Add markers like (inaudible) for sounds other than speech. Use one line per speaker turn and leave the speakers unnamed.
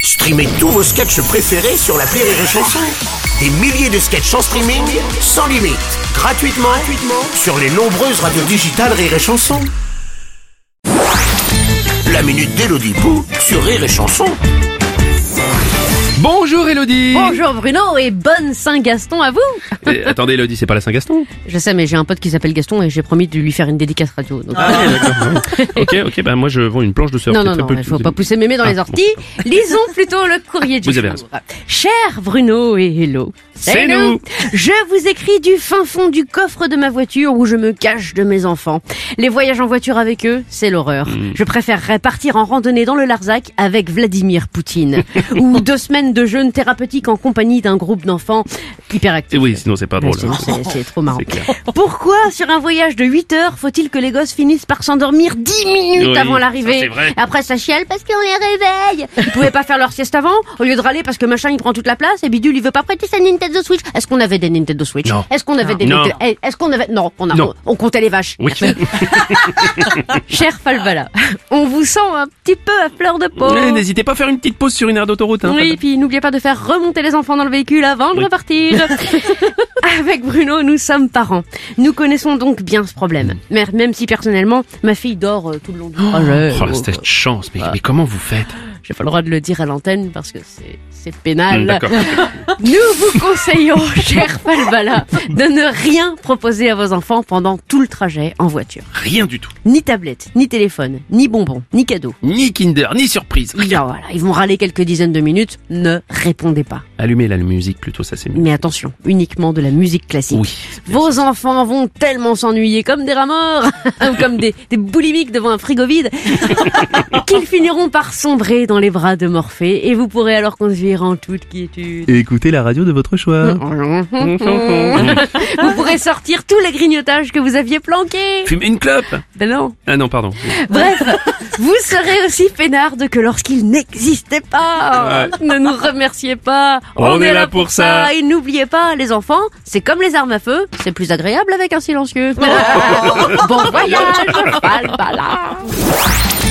Streamez tous vos sketchs préférés sur la Rire et Chanson. Des milliers de sketchs en streaming, sans limite, gratuitement, gratuitement sur les nombreuses radios digitales Rire et Chanson. La minute d'Elodie Pou sur Rire et Chanson.
Bonjour Elodie
Bonjour Bruno et bonne Saint-Gaston à vous
Attendez Elodie, c'est pas la Saint-Gaston
Je sais mais j'ai un pote qui s'appelle Gaston et j'ai promis de lui faire une dédicace radio. donc-
Ah,
(laughs)
Ok, ok, bah moi je vends une planche de surf.
Ah, Non,
c'est
non,
très
non,
peu-
il faut pas pousser mémé dans les orties.
(laughs)
Lisons plutôt le courrier du
Vous avez
jour. Cher Bruno et Hello.
C'est
Hello.
nous.
Je vous écris du fin fond du coffre de ma voiture où je me cache de mes enfants. Les voyages en voiture avec eux, c'est l'horreur.
Hmm.
Je préférerais partir en randonnée dans le Larzac avec
(laughs)
Vladimir Poutine. ou deux semaines de jeûne thérapeutique en compagnie d'un groupe d'enfants hyperactifs.
Et oui, sinon c'est pas drôle. hein. Eh,
Sinon,
(laughs)
c'est- C'est trop marrant.
C'est clair.
Pourquoi, sur un voyage de 8 heures, faut-il que les gosses finissent par s'endormir 10 minutes
Oui,
avant
ça, c'est
l'arrivée
vrai.
Après, ça chiale parce qu'on les réveille. Ils pouvaient pas faire leur sieste avant, au lieu de râler parce que machin il prend toute la place et bidule il veut pas prêter sa Nintendo Switch. Est-ce qu'on avait des Nintendo Switch
Non.
Est-ce qu'on avait des
Non.
Nintendo- Eh, Est-ce qu'on avait. Non, on, a-
Non.
on on comptait les vaches.
Oui.
(laughs) Cher Falvala, on vous sent un petit peu à fleur de peau.
Eh, N'hésitez pas à faire une petite pause sur une aire d'autoroute. Hein,
Oui, puis n'oubliez pas de faire remonter les enfants dans le véhicule avant de
Oui. (laughs)
repartir. Avec Bruno, nous sommes parents. Nous connaissons donc bien ce problème. Mais même si personnellement, ma fille dort euh, tout le long du
pas-
trajet.
Mm. Oh, la cette chance,
Ah.
mais, mais comment vous faites
J'ai pas le droit de le dire à l'antenne parce que c'est- c'est pénal.
Hum, D'accord.
Nous
(laughs)
vous conseillons, cher Falbala, de ne rien proposer à vos enfants pendant tout le trajet en voiture.
Rien du tout.
Ni tablette, ni téléphone, ni bonbon, ni cadeau.
Ni Kinder, ni surprise. Rien.
Alors voilà, ils vont râler quelques dizaines de minutes. Ne répondez pas.
Allumez la musique plutôt, ça c'est mieux.
Mais attention, uniquement de la musique classique.
Oui. c'est bien.
Vos enfants vont tellement s'ennuyer comme des rats morts (laughs) ou comme des, des boulimiques devant un frigo vide (laughs) qu'ils finiront par sombrer dans les bras de Morphée et vous pourrez alors conduire en toute quiétude.
(laughs)
et écoutez la radio de votre
(laughs)
choix.
Hmm.
Vous pourrez sortir tous les grignotages que vous aviez planqués.
Fumez une clope
Ben non.
Ah non, pardon.
Bref, vous serez aussi peinarde que lorsqu'il n'existait pas. Ne nous remerciez pas.
On est là pour ça.
Et n'oubliez pas, les enfants, c'est comme les armes à feu, c'est
(laughs)
plus agréable avec un silencieux. bon voyage. Voilà, voilà.